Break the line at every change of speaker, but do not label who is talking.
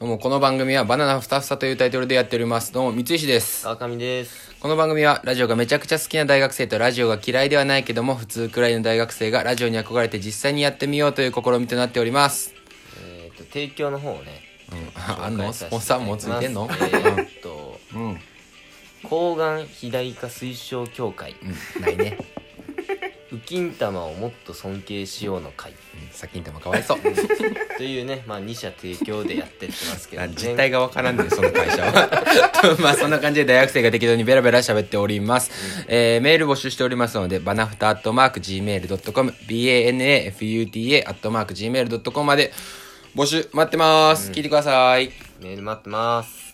どうも、この番組はバナナふたふたというタイトルでやっております。どうも、三石です。
川上です。
この番組は、ラジオがめちゃくちゃ好きな大学生とラジオが嫌いではないけども、普通くらいの大学生がラジオに憧れて実際にやってみようという試みとなっております。
えっ、と提供の方をね。
ああん
紹
の
介
ス
させ
ポンサーもうついてんの
えーっと
うん。うん。
抗がん肥大化推奨協会、
ないね。
ウキン玉をもっと尊敬しようの 会
うん先にでもかわいそう。
というね、まあ二社提供でやってってますけど、
あ
ね、
実態がわからんで、その会社は。と まあ、そんな感じで大学生が適当にベラベラ喋っております。えーメール募集しておりますので、バナフタアットマーク Gmail.com、banafuta アットマーク Gmail.com まで募集待ってます。聞いてください。
メール待ってます。